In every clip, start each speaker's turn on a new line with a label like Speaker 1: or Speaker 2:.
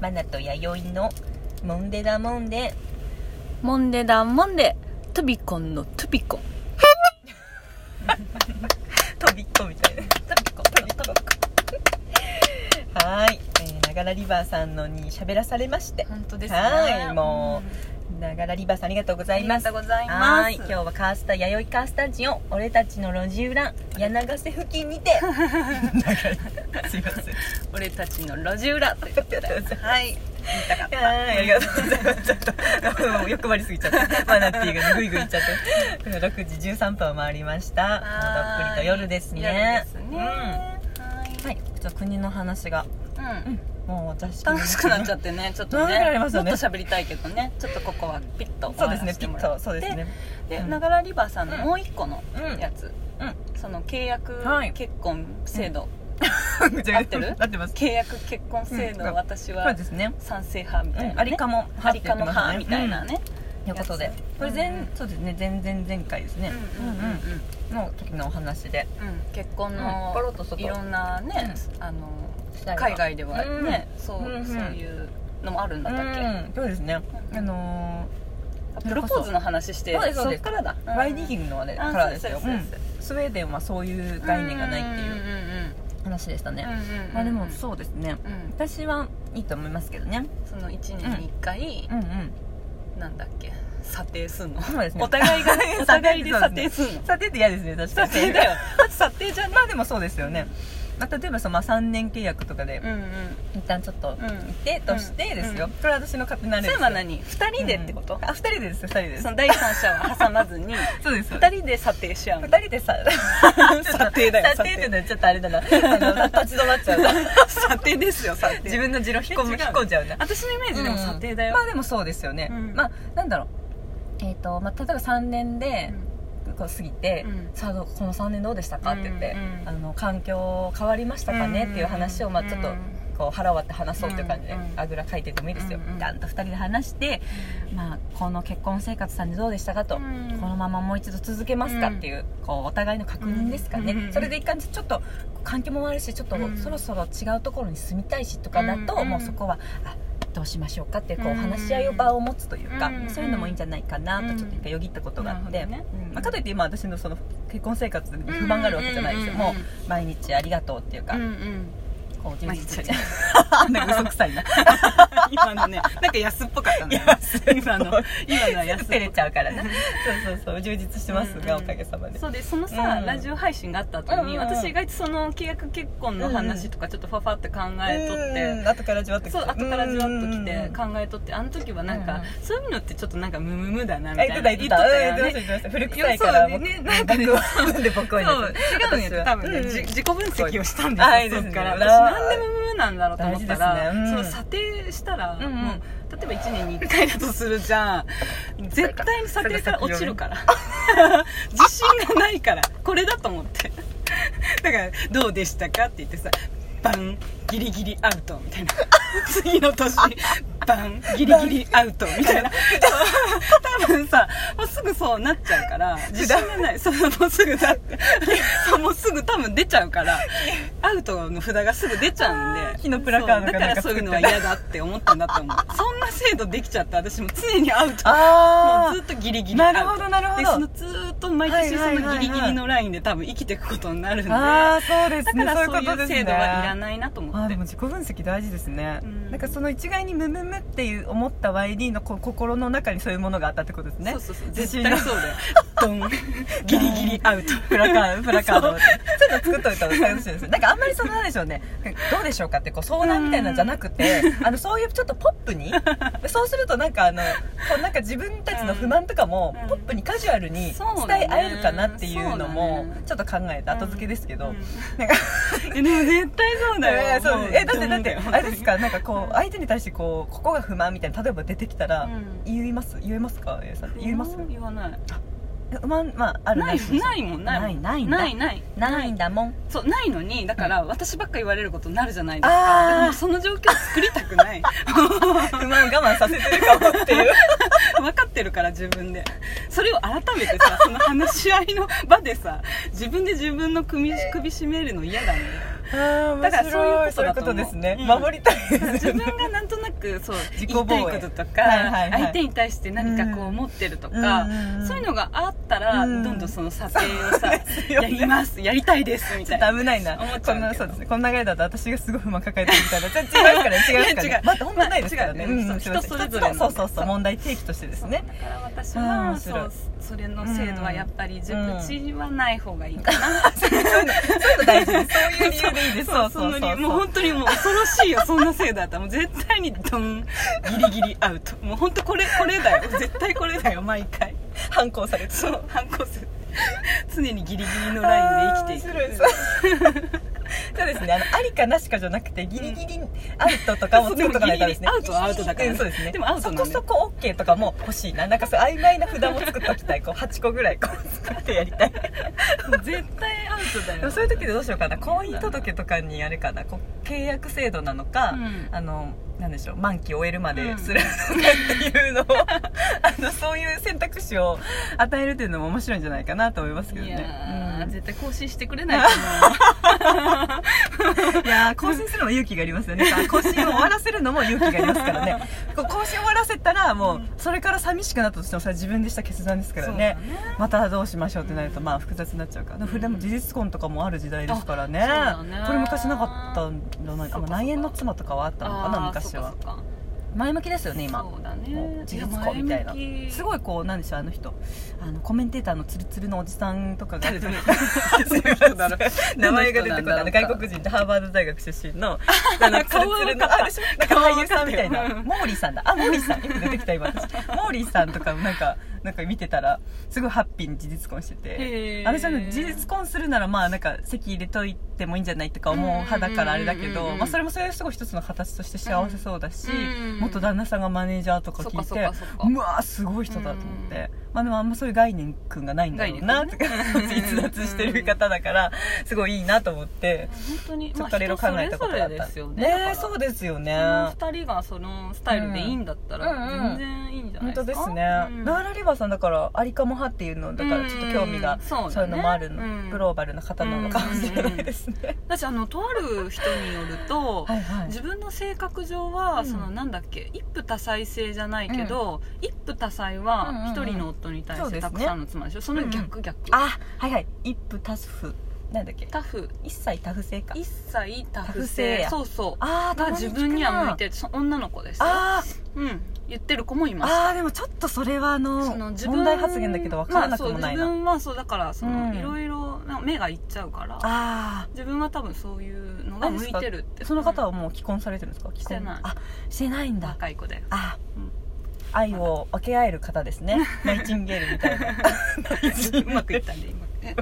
Speaker 1: マナと弥生のモンデダモンデ
Speaker 2: モンデだモンデトビコンのトビコン
Speaker 1: 飛びっこみたいな飛びっこ飛びっこはーい、えー、ながらリバーさんのに喋らされまして
Speaker 2: 本当です
Speaker 1: ねはいもながらリバーさんありがとうござ
Speaker 2: あ
Speaker 1: い
Speaker 2: り
Speaker 1: ま
Speaker 2: が
Speaker 1: す
Speaker 2: とうございます
Speaker 1: はーい今日はカースタ弥生カースタジオ俺たちの路地裏柳瀬付近にて すいません
Speaker 2: 俺たちの路地裏ということではい言いたかっ
Speaker 1: はい、ありがとうございます。ちょっと、 もう欲張りすぎちゃった。マナティーがねぐいぐいいっちゃって。6時13分を回りました。
Speaker 2: は
Speaker 1: た
Speaker 2: い
Speaker 1: っぷりと夜ですね。
Speaker 2: 夜です
Speaker 1: うん。
Speaker 2: ね
Speaker 1: は、
Speaker 2: はい
Speaker 1: ちょっと国の話が、
Speaker 2: い、うん
Speaker 1: もう私。
Speaker 2: 楽しくなっちゃ
Speaker 1: っ
Speaker 2: ってねちょっと
Speaker 1: 楽し
Speaker 2: ね
Speaker 1: くなりま
Speaker 2: も
Speaker 1: し
Speaker 2: ったと
Speaker 1: ね
Speaker 2: 喋りたいけどねちょっとここはピッと終
Speaker 1: そうで
Speaker 2: わら
Speaker 1: すね、
Speaker 2: せ
Speaker 1: ピ
Speaker 2: ても
Speaker 1: ッ
Speaker 2: ら
Speaker 1: と。
Speaker 2: って
Speaker 1: そう ですね。
Speaker 2: で
Speaker 1: うん
Speaker 2: ながらリバーさんの
Speaker 1: うん
Speaker 2: もう一個の
Speaker 1: うん
Speaker 2: やつ、
Speaker 1: う
Speaker 2: その契約
Speaker 1: はい
Speaker 2: 結婚制度、
Speaker 1: ん。
Speaker 2: 合って る
Speaker 1: 合ってます。
Speaker 2: 契約結婚制度、
Speaker 1: うん
Speaker 2: 私
Speaker 1: そう
Speaker 2: は
Speaker 1: ですね。
Speaker 2: 賛成派みたいな、ね
Speaker 1: うんありかも派
Speaker 2: ありかも派
Speaker 1: って言
Speaker 2: み
Speaker 1: ってますね
Speaker 2: たいなね、
Speaker 1: ということで
Speaker 2: やつ。
Speaker 1: これ
Speaker 2: うん
Speaker 1: 前、そうですね、前前前回ですね。
Speaker 2: うんうんうんうん
Speaker 1: の時のお話で。
Speaker 2: うん結婚
Speaker 1: うんポロッ
Speaker 2: の
Speaker 1: と外
Speaker 2: いろんなね、あの海
Speaker 1: 海
Speaker 2: 外ではね、そう
Speaker 1: うんうん
Speaker 2: そういうのもあるん
Speaker 1: う
Speaker 2: だったっけ、
Speaker 1: ん、そうですね。あの
Speaker 2: プロポーズの話して
Speaker 1: そうですそう
Speaker 2: そ
Speaker 1: で
Speaker 2: っ
Speaker 1: す
Speaker 2: からだ、
Speaker 1: ー、ワイディギングのあれ
Speaker 2: あ
Speaker 1: からですよ。
Speaker 2: そう
Speaker 1: う
Speaker 2: で
Speaker 1: ん
Speaker 2: すそうです
Speaker 1: スウェーデンはそういう概念がないっていう話でしたね、まあでもそうですね
Speaker 2: うん、うん、
Speaker 1: 私はいいと思いますけどね
Speaker 2: その1年に1回
Speaker 1: う、んうん
Speaker 2: なんだっけ査定す んの
Speaker 1: そうですね
Speaker 2: お互いがね お互いで査
Speaker 1: 査定
Speaker 2: 定すんの
Speaker 1: 査定って嫌ですね確か
Speaker 2: 査
Speaker 1: に
Speaker 2: 定 だよまず査定じゃな
Speaker 1: まあでもそうですよね、まあ、例えばその、まあ、3年契約とかで
Speaker 2: いうんうん
Speaker 1: 一旦ちょっと
Speaker 2: うん
Speaker 1: デートしてですよ、
Speaker 2: うん
Speaker 1: これは私の勝手なあ
Speaker 2: そ
Speaker 1: れ
Speaker 2: れ
Speaker 1: です
Speaker 2: は何2人でってこと、
Speaker 1: うんあ二人でです2人でです
Speaker 2: その第三者は挟ま ずに
Speaker 1: そうです
Speaker 2: 2人で査定し合うの
Speaker 1: 二人で さ
Speaker 2: 査定だよ
Speaker 1: 査定ってのはちょっとあれだなあの立ち止まっちゃうな
Speaker 2: 査定ですよ査定
Speaker 1: 自分の自路引っ込む
Speaker 2: え違う
Speaker 1: 引っ込んじゃうな
Speaker 2: 私のイメージでも査定だよ
Speaker 1: ま、あでもそうですよね、
Speaker 2: うん
Speaker 1: まあなんだろうえーとまあ、例えば3年でこう過ぎて、
Speaker 2: うん
Speaker 1: さあどうこの3年どうでしたかって言って、
Speaker 2: うんうん
Speaker 1: あの環境変わりましたかねっていう話を、まあ、ちょっとこう腹割って話そうっていう感じで、
Speaker 2: うんうん
Speaker 1: あぐらかいててもいいですよ、
Speaker 2: うんうん
Speaker 1: であんた2人で話して、まあ、この結婚生活さんでどうでしたかと、
Speaker 2: うん
Speaker 1: このままもう一度続けますかっていう,、こうお互いの確認ですかね、
Speaker 2: うんうん
Speaker 1: それで一回ちょっと環境も悪いしちょっと
Speaker 2: うん
Speaker 1: そろそろ違うところに住みたいしとかだと、
Speaker 2: うん
Speaker 1: もうそこはあどうしましょうかっていうこう
Speaker 2: うん
Speaker 1: 話し合いを場を持つというか、
Speaker 2: うん
Speaker 1: そういうのもいいんじゃないかなとちょっと一回よぎったことがあって、
Speaker 2: うんなるほどね
Speaker 1: まあ、かといって今私のその結婚生活に不満があるわけじゃないですよ、
Speaker 2: うんうんうんうん
Speaker 1: もう毎日ありがとうっていうか、
Speaker 2: うんうん
Speaker 1: こう充実し
Speaker 2: 毎
Speaker 1: て
Speaker 2: 日
Speaker 1: あんな嘘くさ いな
Speaker 2: 今のねなんか安っぽかったね今の今のは安っぽ
Speaker 1: 照れちゃうから なそうそうそう充実してますが、
Speaker 2: うんうん
Speaker 1: おかげさまで
Speaker 2: そうでそのさ、
Speaker 1: うん
Speaker 2: ラジオ配信があった後に、
Speaker 1: うんうん
Speaker 2: 私意外とその契約結婚の話とかちょっとファファって考えとって、
Speaker 1: うん後からじわっと
Speaker 2: そう後からじわっときて
Speaker 1: うん
Speaker 2: 考えとってあの時はなんか、
Speaker 1: うん
Speaker 2: そういうのってちょっとなんかムムムだなみ
Speaker 1: あ
Speaker 2: たい
Speaker 1: 言って
Speaker 2: な
Speaker 1: た言ってた
Speaker 2: 言っと
Speaker 1: うん
Speaker 2: よ
Speaker 1: 言ってました言ってました古
Speaker 2: いや
Speaker 1: 臭いから
Speaker 2: そうね
Speaker 1: 僕
Speaker 2: なんか
Speaker 1: 僕
Speaker 2: ね
Speaker 1: は なんで僕
Speaker 2: そ
Speaker 1: は言う
Speaker 2: う
Speaker 1: んです
Speaker 2: 違うんよ多分ね、
Speaker 1: うん
Speaker 2: じ自己分析をしたんです
Speaker 1: あいい
Speaker 2: よ
Speaker 1: です
Speaker 2: そ
Speaker 1: ね
Speaker 2: っから
Speaker 1: う
Speaker 2: 私
Speaker 1: ら
Speaker 2: なんでムムムなんだろうと思った
Speaker 1: 大事
Speaker 2: ら、
Speaker 1: ですねうん
Speaker 2: その査定したら、
Speaker 1: うんうん
Speaker 2: もう例えば1年に1回だとするじゃん絶対に査定から落ちるから 自信がないからこれだと思ってだから「どうでしたか?」って言ってさバンギリギリアウトみたいな次の年バンギリギリアウトみたいな多分さもうすぐそうなっちゃうから自信がないそうもうすぐだってそうもうすぐ多分出ちゃうからアウトの札がすぐ出ちゃうんで
Speaker 1: 火のプラカード
Speaker 2: そ
Speaker 1: かな
Speaker 2: うだか
Speaker 1: んから作
Speaker 2: そう
Speaker 1: って
Speaker 2: いうのは嫌だって思ったんだと思うそんな制度できちゃった私も常にアウトも
Speaker 1: あ
Speaker 2: うずっとギリギ
Speaker 1: あ
Speaker 2: リア
Speaker 1: な
Speaker 2: ウト
Speaker 1: るほどなるほ
Speaker 2: で
Speaker 1: ど
Speaker 2: そのずーっと毎年
Speaker 1: は
Speaker 2: そ
Speaker 1: いはいはいは
Speaker 2: の
Speaker 1: い
Speaker 2: ギリギリのラインで多分生きていくことになるんでだ
Speaker 1: あ
Speaker 2: か
Speaker 1: あそうですね
Speaker 2: らそう
Speaker 1: こと
Speaker 2: いう
Speaker 1: ですね
Speaker 2: 制度はいらないなと思
Speaker 1: あー
Speaker 2: って
Speaker 1: でも自己分析大事ですね、
Speaker 2: うん
Speaker 1: なんかその一概にムムムっていう思った YD のこ心の中にそういうものがあったってことですね
Speaker 2: そうそうそう
Speaker 1: 自信
Speaker 2: 絶
Speaker 1: の
Speaker 2: 対そうだよドンギリギリアウト
Speaker 1: プラカードプラカードをちょっと作っといた方が楽しいですなんかあんまりそのなんでしょうねどうでしょうかってこう相談みたいなのじゃなく てあのそういうちょっとポップにそうするとなんかあのこうなんか自分たちの不満とかも
Speaker 2: うん
Speaker 1: ポップにカジュアルに伝
Speaker 2: そうだね
Speaker 1: え合えるかなっていうのも
Speaker 2: そうだね
Speaker 1: ちょっと考えた後付けですけど、
Speaker 2: うん
Speaker 1: なんか
Speaker 2: えでも絶対そうだ
Speaker 1: え
Speaker 2: よ
Speaker 1: ーそう
Speaker 2: も
Speaker 1: ですえだってだって
Speaker 2: ドン
Speaker 1: あれですかなんかこ
Speaker 2: う
Speaker 1: うん相手に対してこうここが不満みたいな例えば出てきたら、
Speaker 2: うん
Speaker 1: 言います言えますか A さん言えます
Speaker 2: 言わない
Speaker 1: 不満まあある
Speaker 2: ない
Speaker 1: し
Speaker 2: ないもんないもん
Speaker 1: ないな
Speaker 2: ないいない
Speaker 1: ないんだもん
Speaker 2: そうないのにだから私ばっか言われることになるじゃないです
Speaker 1: あー
Speaker 2: かでももうその状況作りたくない
Speaker 1: 不満我慢させてるかもっていう
Speaker 2: 分かってるから自分でそれを改めてさその話し合いの場でさ自分で自分の首首絞めるの嫌だね
Speaker 1: だ
Speaker 2: からそういうことだと思う
Speaker 1: ですね、
Speaker 2: うん
Speaker 1: 守りたいです
Speaker 2: 自
Speaker 1: よね
Speaker 2: 分がなんとなくそう
Speaker 1: 自己防
Speaker 2: 言
Speaker 1: 衛
Speaker 2: いたいこととか、
Speaker 1: はいはいはい
Speaker 2: 相手に対して何かこ
Speaker 1: う
Speaker 2: う
Speaker 1: ん
Speaker 2: 思ってるとか、
Speaker 1: うんうんうん
Speaker 2: そういうのがあったら、
Speaker 1: うん
Speaker 2: どんどんその査定をさ、
Speaker 1: すよ
Speaker 2: や
Speaker 1: ね
Speaker 2: りますやりたいですみ
Speaker 1: ち
Speaker 2: た
Speaker 1: ょっ
Speaker 2: いな
Speaker 1: と危ないな
Speaker 2: 思っち
Speaker 1: こ
Speaker 2: ゃうんけど
Speaker 1: なそうですねこんな回だと私がすごい不満抱えてるみたいなじゃあ違うから違うから、
Speaker 2: いや違う
Speaker 1: また本当ないですからね
Speaker 2: まあ違うね
Speaker 1: うん
Speaker 2: そう人それぞれの
Speaker 1: そうそうそ
Speaker 2: そう
Speaker 1: う問題提起としてですね
Speaker 2: だから私
Speaker 1: うん
Speaker 2: は
Speaker 1: 面
Speaker 2: そ
Speaker 1: 白いう
Speaker 2: それの制度はやっぱり自
Speaker 1: うん
Speaker 2: 分ちはない方がいいかな、
Speaker 1: そういうの大事ですそういう理由でいいです
Speaker 2: そうその理由もう本当にもう恐ろしいよそんな制度だったらもう絶対にドン ギリギリアウトもう本当これこれだよ絶対これだよ毎回
Speaker 1: 反抗されて
Speaker 2: そう反抗する常にギリギリのラインで生きていく
Speaker 1: あー面白そう そうですねあのありかなしかじゃなくてギリギリアウトとかも作っとかないとですね
Speaker 2: そうでもギリギリアウトはアウトだから
Speaker 1: うんそうですね
Speaker 2: でもアウトなのね
Speaker 1: そこそこ OK とかも欲しいななんかそう曖昧な札も作っときたいこう8個ぐらいこう作ってやりたい
Speaker 2: 絶対アウトだ
Speaker 1: で
Speaker 2: よ
Speaker 1: もそういう時どうしようかな婚姻届とかにあれかなこう契約制度なのか、
Speaker 2: うん
Speaker 1: あのなんでしょう満期終えるまでするのかっていうのを、 あのそういう選択肢を与えるっていうのも面白いんじゃないかなと思いますけど
Speaker 2: い
Speaker 1: ね
Speaker 2: やー、
Speaker 1: うん
Speaker 2: 絶対更新してくれないと思う
Speaker 1: いやー更新するのも勇気がありますよねさあ更新を終わらせるのも勇気がありますからねこう更新終わらせたらもうそれから寂しくなったとしてもそれは自分でした決断ですから
Speaker 2: そうだ
Speaker 1: ね
Speaker 2: ね
Speaker 1: またどうしましょうってなるとまあ複雑になっちゃうからでも事実婚とかもある時代ですからね
Speaker 2: あそうだね
Speaker 1: これ昔なかったんじゃないか
Speaker 2: そうか
Speaker 1: ま
Speaker 2: そう
Speaker 1: あ
Speaker 2: か
Speaker 1: 内縁の妻とか はあったのかな
Speaker 2: あー
Speaker 1: 昔は
Speaker 2: そっかそっか
Speaker 1: 前向きですよね今
Speaker 2: そうだ
Speaker 1: もう
Speaker 2: ね
Speaker 1: 事実婚みたいなすご
Speaker 2: い
Speaker 1: いこうなんでしょうあの人あのコメンテーターのツルツルのおじさんとかが
Speaker 2: 誰だろう
Speaker 1: すいません名前が出てこないあの外国人でハーバード大学出身 のあのツル
Speaker 2: 顔は
Speaker 1: ツル
Speaker 2: 分
Speaker 1: の
Speaker 2: かった
Speaker 1: あれしょなんか俳優さんみたい
Speaker 2: 顔は分かった
Speaker 1: な
Speaker 2: よ
Speaker 1: モーリーさんだあモーリーさんよく出てきた今私モーリーさんとかもなんかなんか見てたらすごいハッピーに事実婚して
Speaker 2: へ
Speaker 1: て
Speaker 2: ー
Speaker 1: あれじゃね事実婚するならまあなんか籍入れといてもいいんじゃないとか思う派だからあれだけ
Speaker 2: うんうんうん
Speaker 1: ど
Speaker 2: うん
Speaker 1: まあそれもそれはすごい一つの形として幸せそうだし
Speaker 2: うんうん
Speaker 1: 元旦那さんがマネージャーとか
Speaker 2: そっ
Speaker 1: 聞
Speaker 2: か
Speaker 1: い
Speaker 2: そ
Speaker 1: て
Speaker 2: っかそっか
Speaker 1: うわーすごい人だと思って、まあでもあんまそういう概念くんがないんだろうなとか 逸脱してる方だからすごいいいなと思って
Speaker 2: 本当に
Speaker 1: ちょっといろいろ考えたことがあ
Speaker 2: まあ人それぞ
Speaker 1: っ
Speaker 2: れ
Speaker 1: た
Speaker 2: ですよねだか
Speaker 1: ね
Speaker 2: ら
Speaker 1: えそうですよね
Speaker 2: その二人がそのスタイルでいいんだった
Speaker 1: うんうんう
Speaker 2: ら
Speaker 1: ん
Speaker 2: 全然いいんじゃな
Speaker 1: 本
Speaker 2: いで
Speaker 1: 当
Speaker 2: す
Speaker 1: です
Speaker 2: か、
Speaker 1: ね、
Speaker 2: うん
Speaker 1: ナーラリバさんだからアリカモ派っていうのだからちょっと興味が、
Speaker 2: うんそうだね
Speaker 1: そういうのもあるの、
Speaker 2: うん
Speaker 1: グローバルな方なのかもしれないですね、
Speaker 2: 私あのとある人によると、
Speaker 1: はいはい
Speaker 2: 自分の性格上は、
Speaker 1: うん
Speaker 2: そのなんだっけ一夫多妻制じゃないけど、一夫多妻は
Speaker 1: うんうんう
Speaker 2: 一
Speaker 1: ん
Speaker 2: 人の夫に対
Speaker 1: そ
Speaker 2: し
Speaker 1: う
Speaker 2: て
Speaker 1: です
Speaker 2: た
Speaker 1: ね
Speaker 2: くさんの妻でしょその逆逆、
Speaker 1: あはいはい一夫多夫なんだっけ
Speaker 2: タフ
Speaker 1: 一切多夫制か
Speaker 2: 一切タフ
Speaker 1: タフ制
Speaker 2: 制
Speaker 1: や
Speaker 2: そうそう
Speaker 1: ああ
Speaker 2: が自分には向い
Speaker 1: る
Speaker 2: てるそ女の子ですよ
Speaker 1: あー
Speaker 2: うん、言ってる子もいます
Speaker 1: あーでもちょっとそれはあの
Speaker 2: その自分
Speaker 1: 問題発言だけど分からなくもないな、
Speaker 2: まあ、そう自分はそうだからその、
Speaker 1: うん
Speaker 2: いろいろなんか目がいっちゃうから
Speaker 1: あ
Speaker 2: 自分は多分そういうのが向いてるって
Speaker 1: あその方
Speaker 2: は
Speaker 1: はもう既婚されてるんですか既婚
Speaker 2: してない
Speaker 1: あしてないんだ
Speaker 2: 若い子で
Speaker 1: あ、
Speaker 2: うん
Speaker 1: 愛を分け合える方です ねナイチンゲールみたいな
Speaker 2: うまくいったんで今え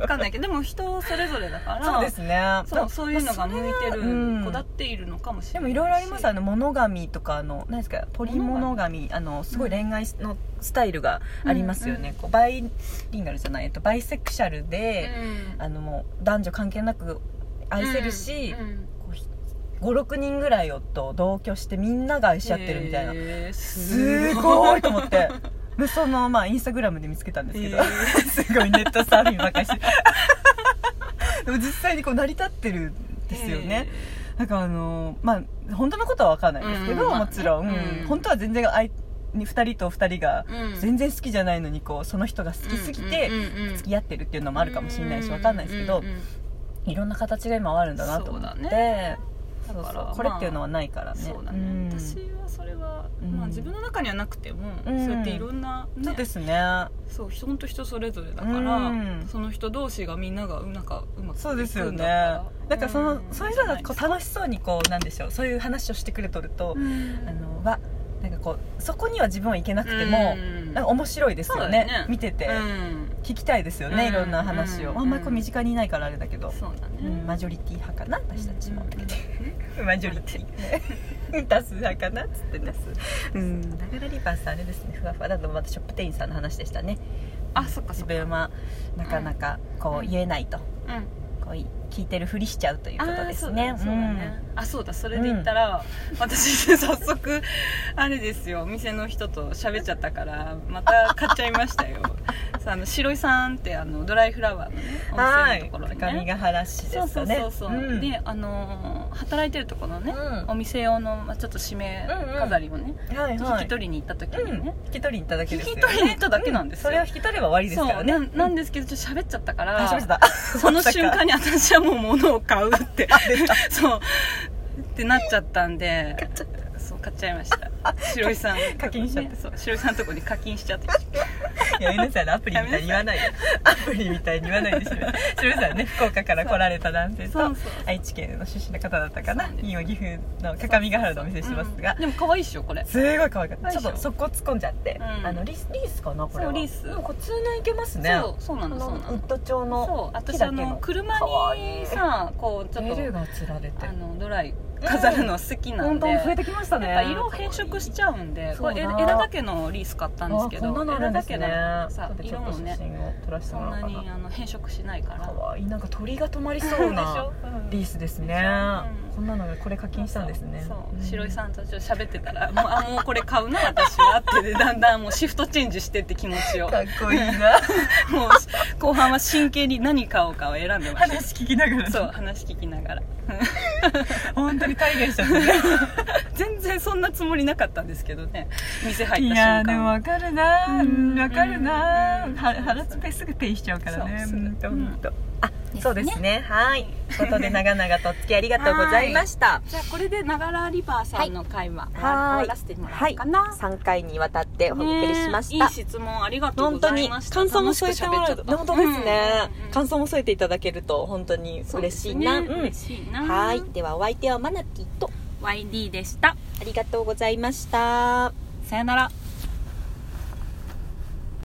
Speaker 2: わかんないけどでも人それぞれだか ら
Speaker 1: そうですね
Speaker 2: そうそういうのが向いてる子だ
Speaker 1: う
Speaker 2: っ
Speaker 1: ん
Speaker 2: ているのかもし
Speaker 1: で
Speaker 2: れな
Speaker 1: も
Speaker 2: いし
Speaker 1: いろいろありますあの物神とかあの何ですかポリ物神あのすごい恋愛のスタイルがありますよね、
Speaker 2: うん
Speaker 1: こうバイリンガルじゃないえっとバイセクシャル
Speaker 2: うん
Speaker 1: で、あのもう男女関係なく愛せるし、
Speaker 2: うんうん
Speaker 1: 56人ぐらいをと同居してみんなが愛し合ってるみたいな、
Speaker 2: えー
Speaker 1: すごいと思 ってでそのまあインスタグラムで見つけたんですけど、
Speaker 2: え
Speaker 1: すごいネットサーフィンばっかりして でも実際にこう成り立ってるんですよね、なんかあのまあ本当のことは分かんないですけど、
Speaker 2: うんまあね
Speaker 1: もちろん、
Speaker 2: うん
Speaker 1: 本当は全然あい2人と2人が
Speaker 2: えーうん
Speaker 1: 全然好きじゃないのにこうその人が好きすぎて
Speaker 2: うんうんうんうん
Speaker 1: 付き合ってるっていうのもあるかもしれないし分かんないですけ
Speaker 2: う
Speaker 1: ど
Speaker 2: んうんうん
Speaker 1: いろんな形が今はあるんだなと思って
Speaker 2: そ
Speaker 1: そ
Speaker 2: うだ
Speaker 1: うそう
Speaker 2: だから
Speaker 1: これっていうのはないからね,、
Speaker 2: そうだ
Speaker 1: ん
Speaker 2: ね、私はそれは、
Speaker 1: うん
Speaker 2: まあ、自分の中にはなくても、
Speaker 1: うん
Speaker 2: そうやっていろんな、ね、
Speaker 1: そうですね
Speaker 2: そう人本当人それぞれだから、
Speaker 1: うん
Speaker 2: その人同士がみんながうなんかうまくいくんだから
Speaker 1: そうですよねなんかその、そういう人がこう
Speaker 2: た
Speaker 1: 楽しそうにこうなんでしょうそういう話をしてくれとると、あのわなんかこうそこには自分はいけなくても、なんか面白いですよね
Speaker 2: そうだよね
Speaker 1: 見てて、聞きたいですよね、
Speaker 2: うん
Speaker 1: いろんな話を、
Speaker 2: うん
Speaker 1: あんまりこう身近にいないからあれだけど、
Speaker 2: そうだね、
Speaker 1: うんマジョリティ派かな私たち も、 マジョリティね 多数派かなっつってですうんだからリバースあれですねふわふわだとまたショップ店員さんの話でしたね
Speaker 2: あそっかそ
Speaker 1: 自
Speaker 2: っか
Speaker 1: 分はなかなかこ
Speaker 2: う
Speaker 1: うん言えないと、
Speaker 2: うん
Speaker 1: こうい聞いてるふりしちゃうということですね
Speaker 2: あーそうだそうだねあそうだそれで言ったら、私早速あれですよ店の人と喋っちゃったからまた買っちゃいまし たよさあの白井さんってあのドライフラワーのねお
Speaker 1: うんは
Speaker 2: 店の
Speaker 1: い
Speaker 2: ところに、
Speaker 1: 相模
Speaker 2: ね、
Speaker 1: 原市で
Speaker 2: そう
Speaker 1: す
Speaker 2: そ
Speaker 1: よ
Speaker 2: う
Speaker 1: ね
Speaker 2: そうそう、
Speaker 1: ん
Speaker 2: であのー働いてるところの
Speaker 1: う
Speaker 2: ね
Speaker 1: ん、は
Speaker 2: お店用の、まあ、ちょっと締め飾りをね、
Speaker 1: いはい
Speaker 2: 引き取りに行った時にね、
Speaker 1: 引き取りに行っただけですよ、ね、
Speaker 2: 引き取りに行っただけなんですよ
Speaker 1: それを引き取れば終わりです
Speaker 2: そ
Speaker 1: から
Speaker 2: うな
Speaker 1: ね
Speaker 2: なんですけどちょっと喋っちゃったか
Speaker 1: あ
Speaker 2: ら
Speaker 1: しま した
Speaker 2: その瞬 間に私はもう物を買うって
Speaker 1: あ出た
Speaker 2: そうってなっちゃったんでそう買っちゃいました白井さん
Speaker 1: 課金しちゃって
Speaker 2: そう白井さんのとこに課金しちゃって
Speaker 1: やめなさいアプリみたいに言わないでアプリみたいに言わない でしろ白井さんね福岡から来られた男性
Speaker 2: そう
Speaker 1: と
Speaker 2: そう
Speaker 1: 愛知県の出身の方だったかな
Speaker 2: そうです
Speaker 1: 今岐阜の各務原のお店してますが
Speaker 2: うんでも可愛いっしょこれ
Speaker 1: すごい可愛かったち
Speaker 2: でしょ
Speaker 1: ょっとそこ突っ込んじゃって、
Speaker 2: うん
Speaker 1: あのリスリースかなこれは
Speaker 2: そうリース
Speaker 1: うんこれ通年いけますね
Speaker 2: そうそうな
Speaker 1: こ
Speaker 2: の
Speaker 1: の
Speaker 2: そう
Speaker 1: ウ
Speaker 2: なの
Speaker 1: ッド調の
Speaker 2: そう私
Speaker 1: 木だ
Speaker 2: あ
Speaker 1: けの
Speaker 2: の車
Speaker 1: 可愛
Speaker 2: に
Speaker 1: い
Speaker 2: さこうちょっ
Speaker 1: ベル
Speaker 2: と
Speaker 1: がつられて
Speaker 2: あのドライ飾るの好きなん
Speaker 1: 本
Speaker 2: で
Speaker 1: 当増えてきましたね
Speaker 2: やっぱ色変色しちゃうんでこれ
Speaker 1: そう
Speaker 2: 枝
Speaker 1: だ
Speaker 2: 枝だけのリース買ったんですけど
Speaker 1: あこんなのある
Speaker 2: 枝
Speaker 1: んで
Speaker 2: だ
Speaker 1: す
Speaker 2: け
Speaker 1: ね
Speaker 2: だからさ
Speaker 1: 後でちょ
Speaker 2: 色
Speaker 1: っと
Speaker 2: も
Speaker 1: 写
Speaker 2: ね
Speaker 1: 真を撮らせて
Speaker 2: そ
Speaker 1: も
Speaker 2: ん
Speaker 1: ら
Speaker 2: な
Speaker 1: おうか
Speaker 2: に
Speaker 1: な
Speaker 2: あの変色しないから
Speaker 1: 可愛いなんか鳥が止まりそう なリースですね
Speaker 2: うん
Speaker 1: こんなのがこれ課金したんですね
Speaker 2: そ
Speaker 1: う
Speaker 2: う白井さんとちょっと喋ってたら「もうあもうこれ買うな私は」ってでだんだんもうシフトチェンジしてって気持 ちを
Speaker 1: かっこいいな
Speaker 2: もう後半は真剣に何買おうかを選んでまし
Speaker 1: 話聞きなが
Speaker 2: た
Speaker 1: ら
Speaker 2: そう話聞きながら
Speaker 1: 本当に体現しちゃったね
Speaker 2: 全然そんなつもりなかったんですけどね店入
Speaker 1: い
Speaker 2: った
Speaker 1: やー
Speaker 2: 瞬
Speaker 1: でも
Speaker 2: 間
Speaker 1: 分かるな
Speaker 2: うん
Speaker 1: 分かるな
Speaker 2: うん
Speaker 1: は腹つペすぐペイしちゃうからね
Speaker 2: そうすぐ
Speaker 1: うんと
Speaker 2: うん
Speaker 1: うんとあそうですねはいということで長々とお付き合いありがとうございました
Speaker 2: じゃあこれでながらリバーさんの会話終
Speaker 1: はい
Speaker 2: わらせてもらおうかな
Speaker 1: 3回にわたってお送りしまし
Speaker 2: ねえい
Speaker 1: た
Speaker 2: い質問ありがとうご
Speaker 1: 本
Speaker 2: ざ
Speaker 1: 当
Speaker 2: い
Speaker 1: に
Speaker 2: ました
Speaker 1: 感想も添えてもらえると本当ですね、
Speaker 2: 感
Speaker 1: 感想も添えていただけると本当に嬉しいな、うん
Speaker 2: 嬉しいな
Speaker 1: はいではお相手はマナティと
Speaker 2: YD でした
Speaker 1: ありがとうございました
Speaker 2: さよなら